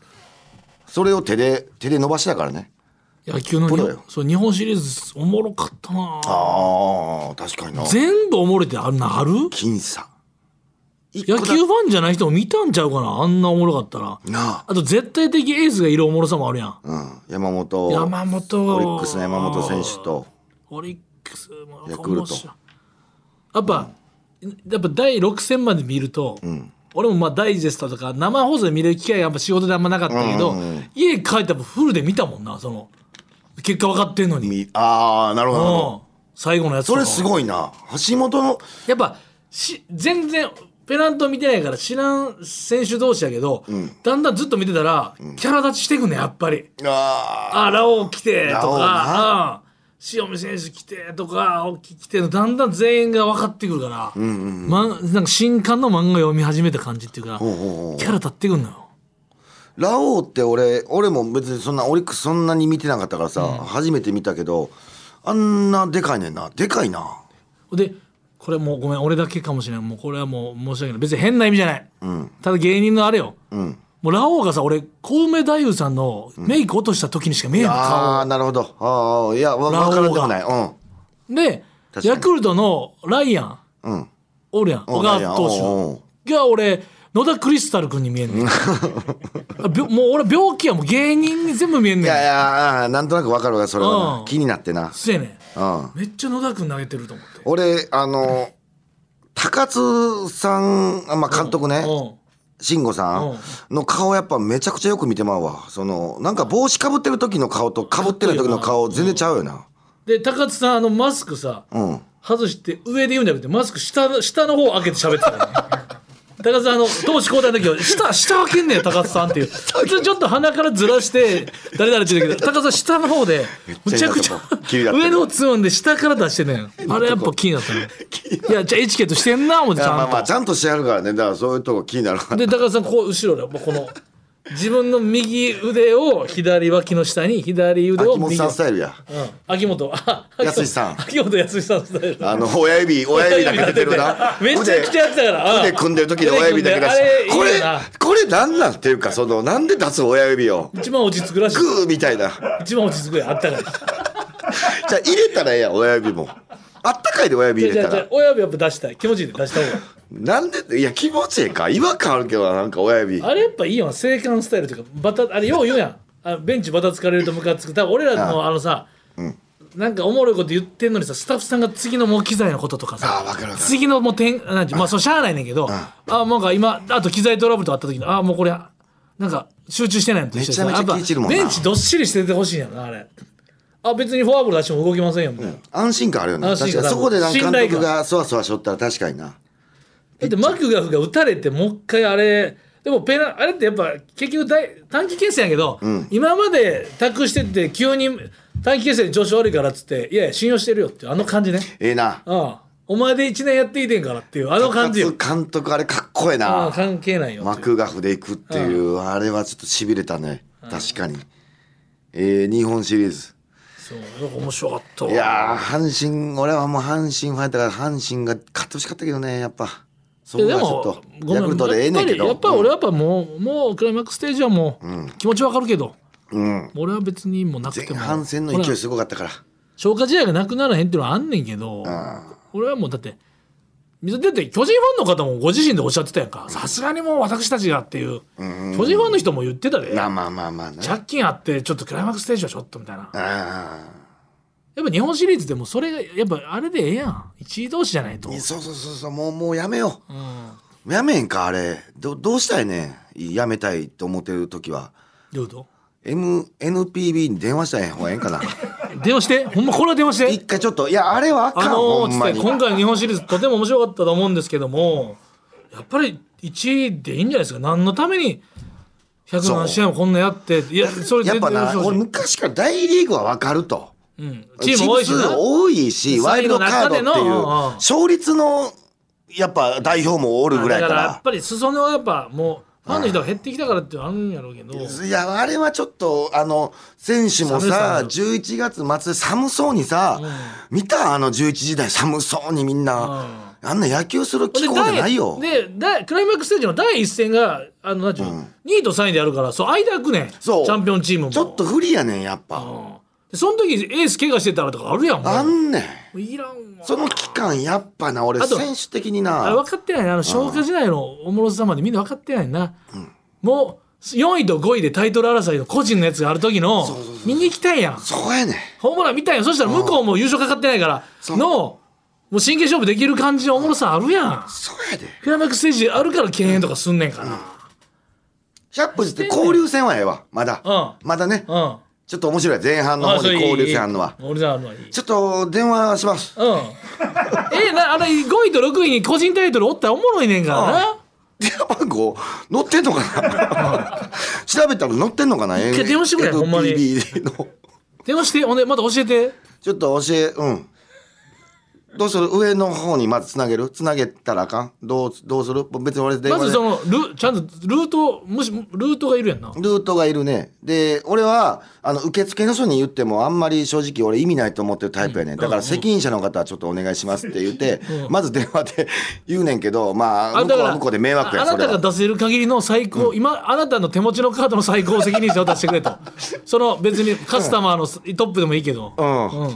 [SPEAKER 4] それを手で手で伸ばしたからね
[SPEAKER 3] あ野球の
[SPEAKER 4] プ
[SPEAKER 3] 日
[SPEAKER 4] ロ
[SPEAKER 3] 本
[SPEAKER 4] よ
[SPEAKER 3] そう日本シリーズおもろかったな
[SPEAKER 4] ああ確かにな
[SPEAKER 3] 全部おもろいってあんなある
[SPEAKER 4] 僅差一
[SPEAKER 3] 野
[SPEAKER 4] 個だ
[SPEAKER 3] 球ファンじゃない人も見たんちゃうかなあんなおもろかったら
[SPEAKER 4] なあ、
[SPEAKER 3] あと絶対的エースがいるおもろさもあるやん
[SPEAKER 4] うん、山本
[SPEAKER 3] 山本
[SPEAKER 4] オリックスの山本選手と
[SPEAKER 3] オリックスも
[SPEAKER 4] ヤクルト
[SPEAKER 3] やっぱ、やっぱ第6戦まで見ると、俺もまあダイジェストとか生放送で見れる機会がやっぱ仕事であんまなかったけど、家帰ったらフルで見たもんなその結果分かってんのに、
[SPEAKER 4] みああなるほどなるほ
[SPEAKER 3] うん
[SPEAKER 4] ど
[SPEAKER 3] 最後のやつ
[SPEAKER 4] そ
[SPEAKER 3] とか
[SPEAKER 4] れすごいな橋本の
[SPEAKER 3] やっぱし全然ペナント見てないから知らん選手同士やけど、だんだんずっと見てたらキャラ立ちしてくんねやっぱり。
[SPEAKER 4] あ
[SPEAKER 3] あラオウ来てと
[SPEAKER 4] ラオウな
[SPEAKER 3] か、うん、塩見選手来てとか青木来てのだんだん全員が分かってくるから、ま、なんか新刊の漫画読み始めた感じっていうか
[SPEAKER 4] うほうほう
[SPEAKER 3] キャラ立ってくんのよ
[SPEAKER 4] ラオウって俺俺も別にそんなオリックスそんなに見てなかったからさ、初めて見たけどあんなでかいねんなでかいな
[SPEAKER 3] でこれもうごめん俺だけかもしれないもうこれはもう申し訳ない別に変な意味じゃない、ただ芸人のあれよ、もうラオウがさ俺小梅太夫さんのメイク落とした時にしか見えない顔
[SPEAKER 4] ああーなるほどああいやわ
[SPEAKER 3] ラオウが
[SPEAKER 4] わからんでもないうん
[SPEAKER 3] で
[SPEAKER 4] 確かに
[SPEAKER 3] ヤクルトのライアン
[SPEAKER 4] うん
[SPEAKER 3] おるやん
[SPEAKER 4] お
[SPEAKER 3] 小
[SPEAKER 4] うライアン
[SPEAKER 3] 川
[SPEAKER 4] おう
[SPEAKER 3] 投手が俺野田クリスタル君に見え んねんあびょもう俺病気やもう芸人に全部見えん
[SPEAKER 4] い
[SPEAKER 3] ね
[SPEAKER 4] やい
[SPEAKER 3] ん
[SPEAKER 4] やあーなんとなくわかるわそれはな、
[SPEAKER 3] うん
[SPEAKER 4] 気になってな
[SPEAKER 3] そうやねん
[SPEAKER 4] うん
[SPEAKER 3] めっちゃ野田君投げてると思って
[SPEAKER 4] 俺あの高津さんあまあ監督ね
[SPEAKER 3] う
[SPEAKER 4] 慎吾さんの顔やっぱめちゃくちゃよく見てまうわそのなんか帽子かぶってる時の顔とかぶってない時の顔全然ちゃうよなん
[SPEAKER 3] で高津さんあのマスクさ
[SPEAKER 4] うん
[SPEAKER 3] 外して上で言うんじゃなくてマスク下の下の方開けて喋ってたよね 高津さんあの投手交代の時は下下開けんねん高津さんっていう普通ちょっと鼻からずらして誰々って言うけど高津さん下の方でむ
[SPEAKER 4] めっ
[SPEAKER 3] ち
[SPEAKER 4] ちゃ
[SPEAKER 3] ゃくちゃ
[SPEAKER 4] 気になってる
[SPEAKER 3] 上の方つまんで下から出してねんあれやっぱ気になったねいやじゃあエチケットしてんな思ってち
[SPEAKER 4] ま
[SPEAKER 3] ゃ
[SPEAKER 4] あまあ
[SPEAKER 3] ん
[SPEAKER 4] ちゃんとしてやるからねだからそういうとこ気になる
[SPEAKER 3] とで高津さんこう後ろでもうこの自分の右腕を左脇の下に左腕を
[SPEAKER 4] 秋元
[SPEAKER 3] 右
[SPEAKER 4] さんスタイルや
[SPEAKER 3] うん秋元あ
[SPEAKER 4] 安井さん
[SPEAKER 3] 秋元康さんスタイル
[SPEAKER 4] あの親指親指だけ出てる な
[SPEAKER 3] めっちゃ来てやってたから
[SPEAKER 4] 腕
[SPEAKER 3] うん
[SPEAKER 4] 組んでる時に親指だけ出してこ
[SPEAKER 3] あれいい
[SPEAKER 4] れ
[SPEAKER 3] よな
[SPEAKER 4] これなんなんっていうかそのなんで出す親指を
[SPEAKER 3] 一番落ち着くらしい
[SPEAKER 4] グーみたいなじゃ
[SPEAKER 3] 一番落ち着くやんあったから
[SPEAKER 4] あ入れたらええやん親指もあったかいで親指
[SPEAKER 3] じゃ
[SPEAKER 4] 入
[SPEAKER 3] じ
[SPEAKER 4] れ
[SPEAKER 3] ゃ
[SPEAKER 4] た
[SPEAKER 3] じゃ
[SPEAKER 4] ら
[SPEAKER 3] 親指やっぱ出したい気持ちいいで出した方がいい
[SPEAKER 4] なんでいや気持ちええか違和感あるけどななんか親指
[SPEAKER 3] あれやっぱいいよな青函スタイルというかバタあれよう言うやんあベンチバタつかれるとムカつく多分俺らのあのさなんかおもろいこと言ってんのにさスタッフさんが次のもう機材のこととか
[SPEAKER 4] あ
[SPEAKER 3] さ
[SPEAKER 4] わかるわかる
[SPEAKER 3] 次のもう点なんてまあそうしゃあないねんけどあなんか今あと機材トラブルとかあった時にあもうこれなんか集中してないのと一緒でさ
[SPEAKER 4] めちゃめちゃ
[SPEAKER 3] やっぱ
[SPEAKER 4] 気散るもんな
[SPEAKER 3] ベンチどっしりしててほしいんやろなあれあ別にフォアボール出しても動きませんよみたいな
[SPEAKER 4] 安心感あるよね
[SPEAKER 3] 安
[SPEAKER 4] 確
[SPEAKER 3] 心感
[SPEAKER 4] かにそこでなんか
[SPEAKER 3] 信
[SPEAKER 4] 監
[SPEAKER 3] 頼感
[SPEAKER 4] 督がそわそわしょったら確かにな
[SPEAKER 3] だってマクガフが打たれてもう一回あれでもペナあれってやっぱ結局大短期決戦やけど、今まで託してて急に短期決戦で調子悪いからっつっていやいや信用してるよっていうあの感じね
[SPEAKER 4] ええな
[SPEAKER 3] ああお前で1年やっていてんからっていうあの感じよ
[SPEAKER 4] 高津監督あれかっこええ
[SPEAKER 3] ああ
[SPEAKER 4] な
[SPEAKER 3] 関係ないよ
[SPEAKER 4] マクガフで行くっていうあれはちょっとしびれたね確かにえー、日本シリーズ
[SPEAKER 3] そうなんか面白かったわ
[SPEAKER 4] いやー阪神俺はもう阪神ファンだから阪神が勝ってほしかったけどねやっぱそ
[SPEAKER 3] いや
[SPEAKER 4] こ
[SPEAKER 3] で
[SPEAKER 4] はちょっ
[SPEAKER 3] も
[SPEAKER 4] とヤクルトでええねんけど
[SPEAKER 3] やっぱりやっぱり俺はやっぱもう、もうクライマックスステージはもう、気持ちわかるけど
[SPEAKER 4] うん、
[SPEAKER 3] 俺は別にもうなく
[SPEAKER 4] 前
[SPEAKER 3] ても
[SPEAKER 4] 半戦の
[SPEAKER 3] ほら
[SPEAKER 4] 勢いすごかったから
[SPEAKER 3] 消化試合がなくならへんっていうのはあんねんけど、俺はもうだってだって巨人ファンの方もご自身でおっしゃってたやんかさすがにもう私たちがっていう、巨人ファンの人も言ってたで
[SPEAKER 4] まあまあまあまあな
[SPEAKER 3] 借金あってちょっとクライマックスステージはちょっとみたいな
[SPEAKER 4] あ
[SPEAKER 3] やっぱ日本シリーズでもそれがやっぱあれでええやん1位同士じゃないと、
[SPEAKER 4] ーそうそうそうそうもうもうやめよ
[SPEAKER 3] うん、
[SPEAKER 4] うやめんかあれどどうしたいねんやめたいと思ってる時は
[SPEAKER 3] どういうこ
[SPEAKER 4] MNPB に電話したらええ方がええんかな
[SPEAKER 3] と電話してほんまこれは電話して
[SPEAKER 4] 一回ちょっといやあれはあかん、
[SPEAKER 3] あの
[SPEAKER 4] ほんま
[SPEAKER 3] ー、つっ
[SPEAKER 4] に
[SPEAKER 3] て今回の日本シリーズとても面白かったと思うんですけどもやっぱり1位でいいんじゃないですか何のために100何試合もこんなやっていやそれ
[SPEAKER 4] やっ
[SPEAKER 3] 全
[SPEAKER 4] ぱ
[SPEAKER 3] 然
[SPEAKER 4] な
[SPEAKER 3] 面白
[SPEAKER 4] 俺
[SPEAKER 3] いし
[SPEAKER 4] 昔から大リーグは分かると
[SPEAKER 3] うんチーム多いし
[SPEAKER 4] チーム数
[SPEAKER 3] な
[SPEAKER 4] 多いしワイルドカードって
[SPEAKER 3] リー
[SPEAKER 4] いう
[SPEAKER 3] グの中でのうん
[SPEAKER 4] 勝率のやっぱ代表もおるぐらい
[SPEAKER 3] だ
[SPEAKER 4] か
[SPEAKER 3] からやっ
[SPEAKER 4] ら
[SPEAKER 3] ぱり裾野はやっぱもうファンの人が減ってきたからっていうのはあるんやろうけど
[SPEAKER 4] いやあれはちょっとあの選手も
[SPEAKER 3] 寒い
[SPEAKER 4] さ
[SPEAKER 3] 寒い
[SPEAKER 4] 11月末寒そうにさ、見たあの11時台寒そうにみんな、あんな野球する気候じゃないよ
[SPEAKER 3] でだクライマックスステージの第一戦があのなんちゅうの、2位と3位でやるからそう間空くねんチ
[SPEAKER 4] そう
[SPEAKER 3] ャンピオンチームも
[SPEAKER 4] ちょっと不利やねんやっぱ、
[SPEAKER 3] うんでその時エース怪我してたらとかあるやんも
[SPEAKER 4] あ
[SPEAKER 3] うん
[SPEAKER 4] ねん
[SPEAKER 3] いらんわ
[SPEAKER 4] その期間やっぱな俺
[SPEAKER 3] あと
[SPEAKER 4] 選手的に
[SPEAKER 3] あれ
[SPEAKER 4] な
[SPEAKER 3] 分かってないねあの消化時代のおもろさまでみんな分かってないな、もう4位と5位でタイトル争いの個人のやつがある時の見に行きたいやん
[SPEAKER 4] そうやねん
[SPEAKER 3] ホームラン見たいやんそしたら向こうも優勝かかってないから
[SPEAKER 4] う
[SPEAKER 3] のもう真剣勝負できる感じのおもろさあるやん
[SPEAKER 4] そうやで
[SPEAKER 3] クライマックスステージあるから敬遠とかすんねんから、
[SPEAKER 4] 100分って交流戦はええわまだ、
[SPEAKER 3] う
[SPEAKER 4] まだね、
[SPEAKER 3] うんあ
[SPEAKER 4] ちょっと面白い前半の方に
[SPEAKER 3] それいい
[SPEAKER 4] 交流戦あんのは
[SPEAKER 3] 俺じゃあるのはいい
[SPEAKER 4] ちょっと電話します
[SPEAKER 3] うんええなあれ5位と6位に個人タイトルおったらおもろいねんからな
[SPEAKER 4] 電話番号載ってんのか な調べたら載ってんのかな
[SPEAKER 3] 一回電話してくれ
[SPEAKER 4] NPB
[SPEAKER 3] ほんまに
[SPEAKER 4] の
[SPEAKER 3] 電話してほんでまた教えて
[SPEAKER 4] ちょっと教えうんどうする上の方にまずつなげるつなげたらあかんどうどうする別に俺電
[SPEAKER 3] ま
[SPEAKER 4] 話
[SPEAKER 3] ず
[SPEAKER 4] で
[SPEAKER 3] そのルちゃんとルートもしルートがいるやんな
[SPEAKER 4] ルートがいるねで俺はあの受付の人に言ってもあんまり正直俺意味ないと思ってるタイプやねんだから責任者の方はちょっとお願いしますって言って、まず電話で言うねんけどまあ
[SPEAKER 3] あ
[SPEAKER 4] 向こ
[SPEAKER 3] だ
[SPEAKER 4] う
[SPEAKER 3] か
[SPEAKER 4] は
[SPEAKER 3] ら
[SPEAKER 4] 向こうで迷惑や
[SPEAKER 3] ああ
[SPEAKER 4] それ
[SPEAKER 3] なた
[SPEAKER 4] は
[SPEAKER 3] が出せる限りの最高、今あなたの手持ちのカードの最高責任者を出してくれ とその別にカスタマーのトップでもいいけど、
[SPEAKER 4] うん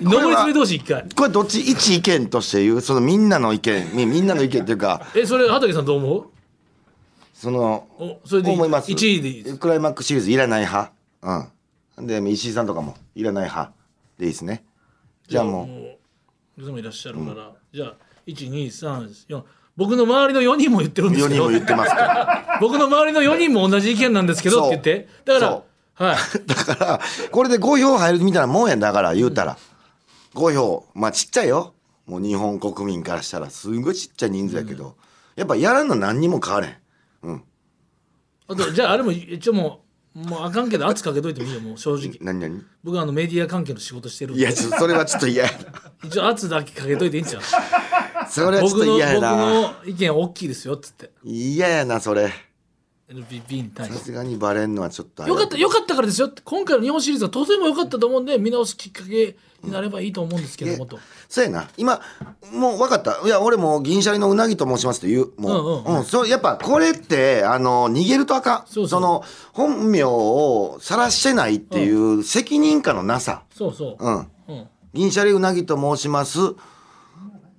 [SPEAKER 3] 上り詰め同士一回
[SPEAKER 4] これどっち一意見として言うそのみんなの意見みみんなの意見っていう か
[SPEAKER 3] えそれ畑さんどう思う
[SPEAKER 4] その
[SPEAKER 3] おそれでいい
[SPEAKER 4] 思います
[SPEAKER 3] 一位でいいです
[SPEAKER 4] クライマックスシリーズいらない派うんで石井さんとかもいらない派でいいですねじゃあもう
[SPEAKER 3] ういつもいらっしゃるから、じゃあ1234僕の周りの4人も言ってるんです
[SPEAKER 4] 4
[SPEAKER 3] け
[SPEAKER 4] 人
[SPEAKER 3] ど
[SPEAKER 4] も言ってますから
[SPEAKER 3] 僕の周りの4人も同じ意見なんですけどって言ってだか
[SPEAKER 4] そ
[SPEAKER 3] らはい
[SPEAKER 4] だからこれで5票入るみたいなもんやんだから言うたら、5票まあちっちゃいよもう日本国民からしたらすんごいちっちゃい人数やけど、やっぱやらんの何にも変われん。うん。
[SPEAKER 3] あとじゃああれも一応もうもうあかんけど圧かけといてもいいよもう正直
[SPEAKER 4] 何々
[SPEAKER 3] 僕はあのメディア関係の仕事してるん
[SPEAKER 4] い
[SPEAKER 3] で
[SPEAKER 4] や、ちょそれはちょっと嫌や
[SPEAKER 3] 一応圧だけかけといていい んちゃう
[SPEAKER 4] な。それはちょっ
[SPEAKER 3] 僕
[SPEAKER 4] と
[SPEAKER 3] の僕
[SPEAKER 4] 嫌やな。
[SPEAKER 3] の意見大きいですよっつって
[SPEAKER 4] 嫌やな、それ。
[SPEAKER 3] LPP に対
[SPEAKER 4] さ
[SPEAKER 3] して
[SPEAKER 4] すがにバレんのはちょっとあれ
[SPEAKER 3] よかったよかったからですよって今回の日本シリーズはとても良かったと思うんで見直すきっかけになればいいと思うんですけどもと、
[SPEAKER 4] そうやな今もう分かったいや俺もう銀シャリのうなぎと申しますと言うもう、
[SPEAKER 3] うんうん
[SPEAKER 4] そうやっぱこれってあの逃げるとあかん
[SPEAKER 3] そうそう
[SPEAKER 4] の本名を晒してないっていう責任感のなさ、
[SPEAKER 3] そうそう
[SPEAKER 4] うん
[SPEAKER 3] うん
[SPEAKER 4] 銀シャリうなぎと申します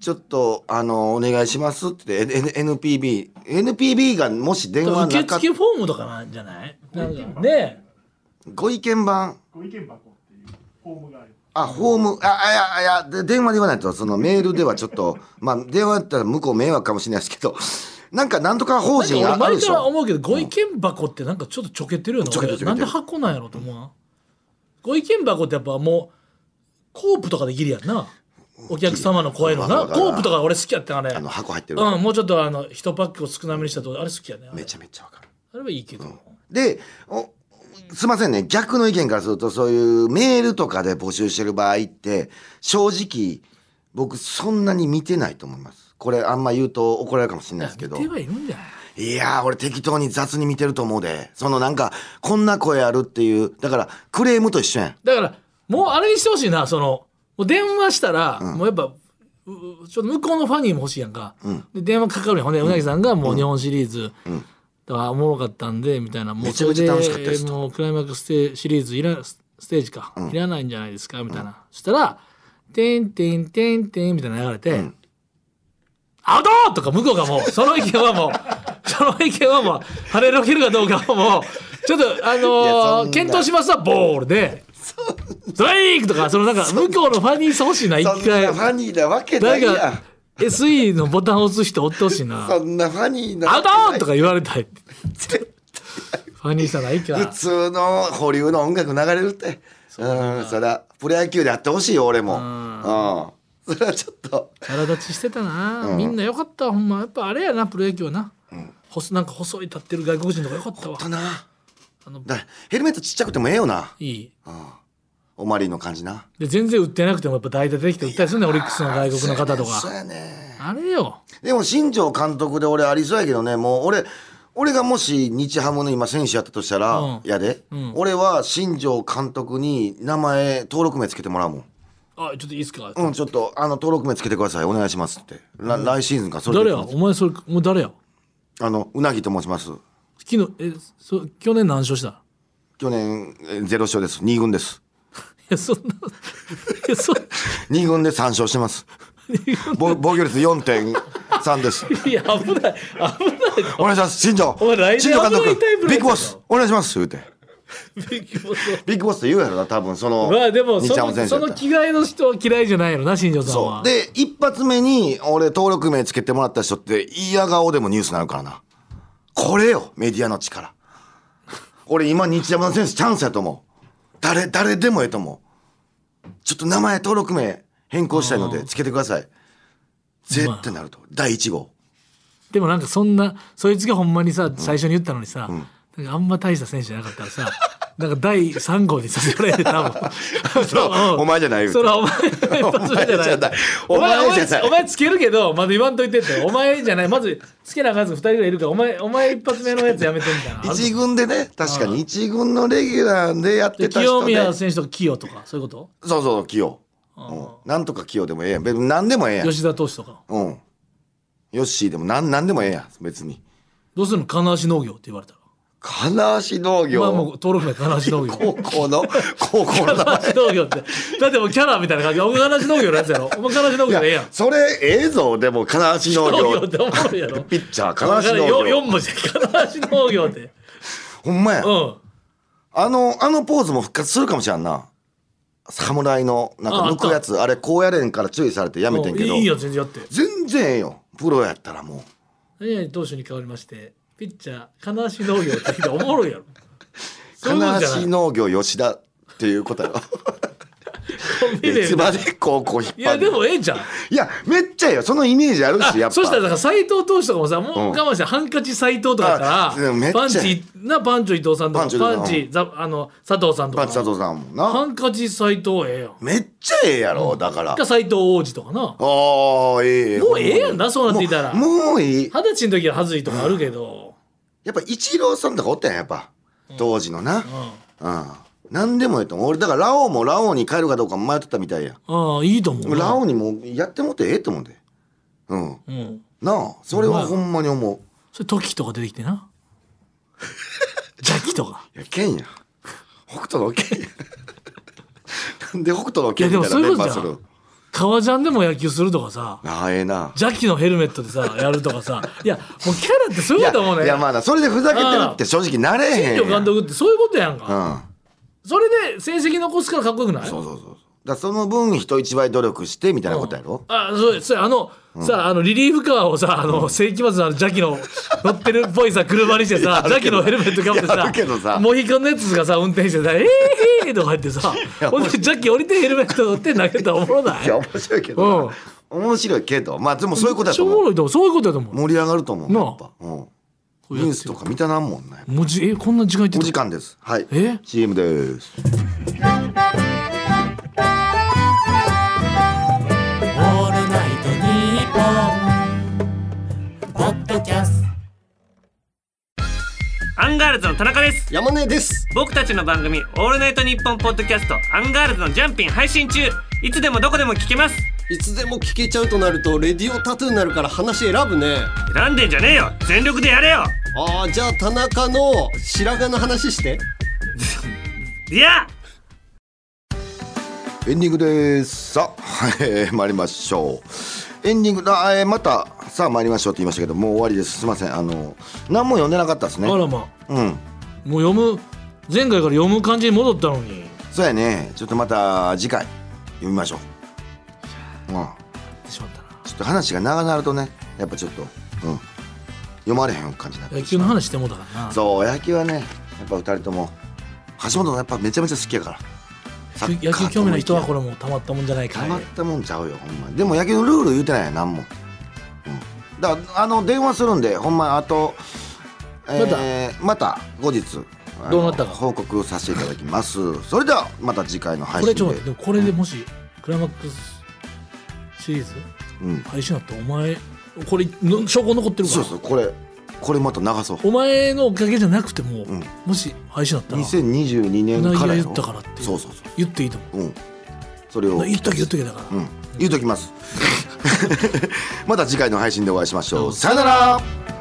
[SPEAKER 4] ちょっとあのお願いしますって NPBNPB がもし電話
[SPEAKER 3] 受
[SPEAKER 4] なかっ
[SPEAKER 3] 付フォームとかなんじゃないなんかね
[SPEAKER 4] ご意見番
[SPEAKER 2] ご意見箱っていうフォームがある。
[SPEAKER 4] あ、ホーム、あ、あいや、いや、で電話で言わないと、そのメールではちょっと、まあ、電話だったら向こう迷惑かもしれないですけど、 なんかなんとか法
[SPEAKER 3] なんか
[SPEAKER 4] 人
[SPEAKER 3] 俺
[SPEAKER 4] あある
[SPEAKER 3] 前
[SPEAKER 4] でし
[SPEAKER 3] から
[SPEAKER 4] ょ。
[SPEAKER 3] 思うけどご意見箱ってなんかちょっとちょけてるよな
[SPEAKER 4] ちょけてる
[SPEAKER 3] 俺なんで箱なんやろと思うなご意見箱ってやっぱもうコープとかできるやんなお客様の声の
[SPEAKER 4] わか
[SPEAKER 3] な
[SPEAKER 4] るわかる
[SPEAKER 3] コープとか俺好きやったあれ
[SPEAKER 4] あの、箱入ってる。
[SPEAKER 3] うんもうちょっとあの1パックを少なめにしたとあれ好きやねあれ
[SPEAKER 4] めちゃめちゃわかる。
[SPEAKER 3] あれはいいけど、
[SPEAKER 4] で、お、すいませんね、逆の意見からすると、そういうメールとかで募集してる場合って、正直、僕そんなに見てないと思います。これあんま言うと怒られるかもしれないですけど。
[SPEAKER 3] 見てはいるんじゃない
[SPEAKER 4] いやー、俺適当に雑に見てると思うで。そのなんか、こんな声あるっていう、だからクレームと一緒やん。
[SPEAKER 3] だからもうあれにしてほしいなそのもう電話したら、もうやっぱううちょっと向こうのファンにも欲しいやんか、で電話かかるやんほんでうなぎさんがもう日本シリーズ、だからおもろかったんでみたいなもう
[SPEAKER 4] めちゃめちゃ楽しかったです
[SPEAKER 3] それ
[SPEAKER 4] と
[SPEAKER 3] もうクライマックステシリーズいらスステージか、いらないんじゃないですかみたいな、そしたら「てんてんてんてん」みたいな流れて「アウト!」とか向こうがもうその意見はもう その意見はもう跳ねのけるかどうかはもうちょっとあ
[SPEAKER 4] やそ
[SPEAKER 3] の
[SPEAKER 4] んな
[SPEAKER 3] ー検討しますわボールで。ドライクとかそのなんか向こうのファニーさ欲しいな一
[SPEAKER 4] そん
[SPEAKER 3] 回
[SPEAKER 4] なファニーなわけない
[SPEAKER 3] な
[SPEAKER 4] や
[SPEAKER 3] ん
[SPEAKER 4] ん
[SPEAKER 3] か SE のボタン押す人おってほしい な
[SPEAKER 4] そんなファニー
[SPEAKER 3] 「
[SPEAKER 4] な
[SPEAKER 3] アウ
[SPEAKER 4] わ
[SPEAKER 3] ト!」
[SPEAKER 4] け
[SPEAKER 3] とか言われたいファニーさないか
[SPEAKER 4] ない普通の保留の音楽流れるってうんそらプロ野球でやってほしいよ俺もうんそれはちょっと
[SPEAKER 3] 腹立ちしてたな、みんなよかったわほんまやっぱあれやなプロ野球はな、細なんか細い立ってる外国人とかよかったわ
[SPEAKER 4] だな
[SPEAKER 3] あの
[SPEAKER 4] だヘルメットちっちゃくてもええよない
[SPEAKER 3] い
[SPEAKER 4] おまりの感じな
[SPEAKER 3] で全然売ってなくてもやっぱ代打出てきて売ったりするねオリックスの外国の方と
[SPEAKER 4] そう
[SPEAKER 3] か
[SPEAKER 4] やね
[SPEAKER 3] あれよ
[SPEAKER 4] でも新庄監督で俺ありそうやけどねもう俺俺がもし日ハムの今選手やったとしたら、
[SPEAKER 3] うん
[SPEAKER 4] やで、俺は新庄監督に名前登録名つけてもらうもん
[SPEAKER 3] あちょっといいっすか、
[SPEAKER 4] うん、ちょっと、あの、登録名つけてください。お願いしますって。ら来シーズンか、それ
[SPEAKER 3] 誰
[SPEAKER 4] で
[SPEAKER 3] やお前それもう誰や
[SPEAKER 4] あの、うなぎと申します。
[SPEAKER 3] 昨日えそ去年何勝した
[SPEAKER 4] 去年、えーゼロ勝です。2軍です。
[SPEAKER 3] いやそんな いやそんな
[SPEAKER 4] 2軍で3勝してます。ぼ防御率4.3です。
[SPEAKER 3] いや危ない危ない
[SPEAKER 4] お願いします。新庄。
[SPEAKER 3] お前来年
[SPEAKER 4] 新庄監
[SPEAKER 3] 危ないタイプ
[SPEAKER 4] 督。
[SPEAKER 3] の
[SPEAKER 4] ビッ
[SPEAKER 3] やつだろ
[SPEAKER 4] グボス。お願いします。言うて。
[SPEAKER 3] 勉強そう
[SPEAKER 4] ビッグボスって言うやろな、多分、その、
[SPEAKER 3] まあでも
[SPEAKER 4] 日
[SPEAKER 3] そ
[SPEAKER 4] ハム
[SPEAKER 3] の
[SPEAKER 4] 選手
[SPEAKER 3] そ
[SPEAKER 4] やった
[SPEAKER 3] の
[SPEAKER 4] ら
[SPEAKER 3] 着替えの人は嫌いじゃないのな新庄さん
[SPEAKER 4] そ
[SPEAKER 3] は
[SPEAKER 4] う。で、一発目に、俺、登録名つけてもらった人って、嫌顔でもニュースになるからな。これよ、メディアの力。俺、今、日山の選手、チャンスやと思う。誰、誰でもええと思う。ちょっと名前、登録名、変更したいので、つけてください。絶対なると。第1号。
[SPEAKER 3] でもなんかそんなそいつがほんまにさ最初に言ったのにさ、なんかあんま大した選手じゃなかったらさなんか第3号にさせられて多分
[SPEAKER 4] そう お前じゃないよ
[SPEAKER 3] それはお前 一発目じゃな
[SPEAKER 4] お前じゃない
[SPEAKER 3] いお前お
[SPEAKER 4] お前じゃない
[SPEAKER 3] 前お前つけるけどまだ言わんといてってお前じゃないまずつけなあかんやつ2人ぐらいいるからお前お前一発目のやつやめてみたいな
[SPEAKER 4] 一軍でね、確かに一軍のレギュラーでやって
[SPEAKER 3] で
[SPEAKER 4] た人で。
[SPEAKER 3] 清宮選手とか清とかそういうこ
[SPEAKER 4] そうそう、器用。うんなんとか器用でもええやん。別に何でもええや
[SPEAKER 3] と
[SPEAKER 4] ん。
[SPEAKER 3] 吉田投手とか
[SPEAKER 4] うん。ヨッシーでもなんなんでもええやん、別に。
[SPEAKER 3] どうするの金足農業って言われたら
[SPEAKER 4] 金足農業、
[SPEAKER 3] まあもう登録名金足農業
[SPEAKER 4] 高校の高校の名前
[SPEAKER 3] 金足農業ってだってもうキャラみたいな感じお前金足農業のやつやろお前金足農
[SPEAKER 4] い
[SPEAKER 3] 業でええ
[SPEAKER 4] や
[SPEAKER 3] やん
[SPEAKER 4] それええぞでも金足農
[SPEAKER 3] 農業
[SPEAKER 4] 業
[SPEAKER 3] っておもろいやろ
[SPEAKER 4] ピッチャー金足農
[SPEAKER 3] 4
[SPEAKER 4] 業
[SPEAKER 3] 文字で金足農業って
[SPEAKER 4] ほんまや、
[SPEAKER 3] うん
[SPEAKER 4] あのあのポーズも復活するかもしれんな侍のなんか
[SPEAKER 3] ああ
[SPEAKER 4] 抜くやつあれこうやれんから注意されてやめてんけど
[SPEAKER 3] いいよ全然やって
[SPEAKER 4] 全然ええよプロやったらも
[SPEAKER 3] 何々投手に変わりましてピッチャー金足農業って聞いておもろいやろ
[SPEAKER 4] う
[SPEAKER 3] そういうこ
[SPEAKER 4] 金
[SPEAKER 3] とじゃない
[SPEAKER 4] 足農業吉田っていうことやろ
[SPEAKER 3] コンビ
[SPEAKER 4] い
[SPEAKER 3] 名
[SPEAKER 4] つまでこうこう引っ張る
[SPEAKER 3] いやでもええじゃん
[SPEAKER 4] いやめっちゃええよそのイメージあるしやっぱ
[SPEAKER 3] そしたらだから斎藤投手とかもさも
[SPEAKER 4] ん
[SPEAKER 3] う我慢してハンカチ斎藤とかか
[SPEAKER 4] あで
[SPEAKER 3] ら
[SPEAKER 4] もめっちゃ
[SPEAKER 3] パンチなパンチョ伊藤さん
[SPEAKER 4] パ
[SPEAKER 3] とか
[SPEAKER 4] ンチョ伊藤さん
[SPEAKER 3] パンチザあの佐藤さんと
[SPEAKER 4] パ
[SPEAKER 3] か
[SPEAKER 4] ンチ佐藤さんもな
[SPEAKER 3] ハンカチ斎藤ええやん
[SPEAKER 4] めっちゃええやろだから
[SPEAKER 3] か斎藤王子とかな
[SPEAKER 4] ああええ
[SPEAKER 3] もうええやんなそうなっていたら
[SPEAKER 4] も
[SPEAKER 3] 二
[SPEAKER 4] うもういい
[SPEAKER 3] 十歳の時ははずいとかあるけど
[SPEAKER 4] やっぱ一郎さんとかおったやんやっぱ当時のなうん何でもええと思う俺だからラオウもラオウに帰るかどうか迷ってたみたいや
[SPEAKER 3] ああいいと思う
[SPEAKER 4] ラオウにもうやってもってええと思うんでうん
[SPEAKER 3] うん
[SPEAKER 4] なあそれはほんまに思う
[SPEAKER 3] それ時とか出てきてな 邪気とか
[SPEAKER 4] いや剣 や北斗の剣やなん で北斗の剣
[SPEAKER 3] いや
[SPEAKER 4] み
[SPEAKER 3] でも
[SPEAKER 4] たいなメンバーす
[SPEAKER 3] そういう
[SPEAKER 4] る
[SPEAKER 3] こ革ジャンでも野球するとかさ
[SPEAKER 4] ああええな
[SPEAKER 3] 邪気のヘルメットでさやるとかさいやもうキャラってそう
[SPEAKER 4] い
[SPEAKER 3] い
[SPEAKER 4] や
[SPEAKER 3] うこと思うね
[SPEAKER 4] いやまあなそれでふざけてるって正直なれへん
[SPEAKER 3] 新
[SPEAKER 4] やん
[SPEAKER 3] 庄監督ってそういうことやんか、
[SPEAKER 4] うん
[SPEAKER 3] それで成績残すからかっこよくない
[SPEAKER 4] そうそうそうそうだからその分人一倍努力してみたいなことやろ、
[SPEAKER 3] あそうですそうあの、さあのリリーフカーをさあの世紀末のあの邪気の乗ってるっぽいさ車にしてさ
[SPEAKER 4] やる
[SPEAKER 3] 邪
[SPEAKER 4] け
[SPEAKER 3] 気
[SPEAKER 4] ど
[SPEAKER 3] のヘルメットかぶって
[SPEAKER 4] や
[SPEAKER 3] さ
[SPEAKER 4] るけどさ
[SPEAKER 3] モヒカンのやつがさ運転してさ「えーへー」とか言ってさほんで邪気降りてヘルメット乗って投げたらおもろない
[SPEAKER 4] いや
[SPEAKER 3] めっ
[SPEAKER 4] 面白いけどな、面白いけどまあでもそういうことや
[SPEAKER 3] ちゃ
[SPEAKER 4] と
[SPEAKER 3] おも
[SPEAKER 4] 思う
[SPEAKER 3] ろいと思うそういうことやと思う
[SPEAKER 4] 盛り上がると思う
[SPEAKER 3] なあ
[SPEAKER 4] やっぱ、うん、ニュースとか見たなんもんね
[SPEAKER 3] 文字えこんな時間いって
[SPEAKER 4] お
[SPEAKER 3] た
[SPEAKER 4] 時間ですはい
[SPEAKER 3] え
[SPEAKER 4] CM です
[SPEAKER 5] オールナイトニッポン」ポッドキャスト
[SPEAKER 6] アンガールズの田中です
[SPEAKER 7] 山根です
[SPEAKER 6] 僕たちの番組「オールナイトニッポン」ポッドキャスト「アンガールズのジャンピン」配信中いつでもどこでも聞けます
[SPEAKER 7] いつでも聞けちゃうとなるとレディオタトゥーになるから話選ぶね
[SPEAKER 6] 選んでんじゃねえよ全力でやれよ
[SPEAKER 7] あーじゃあ田中の白髪の話して
[SPEAKER 6] いや
[SPEAKER 4] エンディングですさあ、えー、 参りましょうエンディングだ、えー、またさあ参りましょうって言いましたけどもう終わりですすいませんあの何も読んでなかったですね
[SPEAKER 3] あらま
[SPEAKER 4] うん
[SPEAKER 3] もう読む前回から読む感じに戻ったのに
[SPEAKER 4] そうやねちょっとまた次回読みましょううん
[SPEAKER 3] しまったな
[SPEAKER 4] ちょっと話が長なるとねやっぱちょっと、うん、読まれへん感じになって
[SPEAKER 3] 野
[SPEAKER 4] し
[SPEAKER 3] 球
[SPEAKER 4] ま
[SPEAKER 3] の
[SPEAKER 4] う
[SPEAKER 3] 話してもうたからな
[SPEAKER 4] そう野球はねやっぱ2人とも橋本のやっぱめちゃめちゃ好きやからサッカー
[SPEAKER 3] 野球興味の人は
[SPEAKER 4] と
[SPEAKER 3] こ
[SPEAKER 4] も
[SPEAKER 3] れもうたまったもんじゃない
[SPEAKER 4] いけ
[SPEAKER 3] か
[SPEAKER 4] た
[SPEAKER 3] い
[SPEAKER 4] まったもんちゃうよほんまでも野球のルール言うてないやん何も、うん、だからあの電話するんでほんまあと、えーまた後日あの
[SPEAKER 3] どうなったか
[SPEAKER 4] 報告させていただきますそれではまた次回の配
[SPEAKER 3] これ
[SPEAKER 4] 信
[SPEAKER 3] ち
[SPEAKER 4] で
[SPEAKER 3] ょっと待ってでもこれでもしクライマックスシリーズ
[SPEAKER 4] うん、
[SPEAKER 3] 配信だったらお前これの証拠残ってるか
[SPEAKER 4] そう
[SPEAKER 3] ら
[SPEAKER 4] そうこれこれまた流そう
[SPEAKER 3] お前のおかげじゃなくても、
[SPEAKER 4] ん
[SPEAKER 3] もし配信だったら
[SPEAKER 4] 2022年
[SPEAKER 3] 内
[SPEAKER 4] か
[SPEAKER 3] 容
[SPEAKER 4] らや
[SPEAKER 3] 言
[SPEAKER 4] ろ
[SPEAKER 3] ったからって
[SPEAKER 4] そうそうそう
[SPEAKER 3] 言っていいと思
[SPEAKER 4] うん、それを
[SPEAKER 3] う言っとき言っときだか ら、
[SPEAKER 4] うん、言うときますまた次回の配信でお会いしましょうさよなら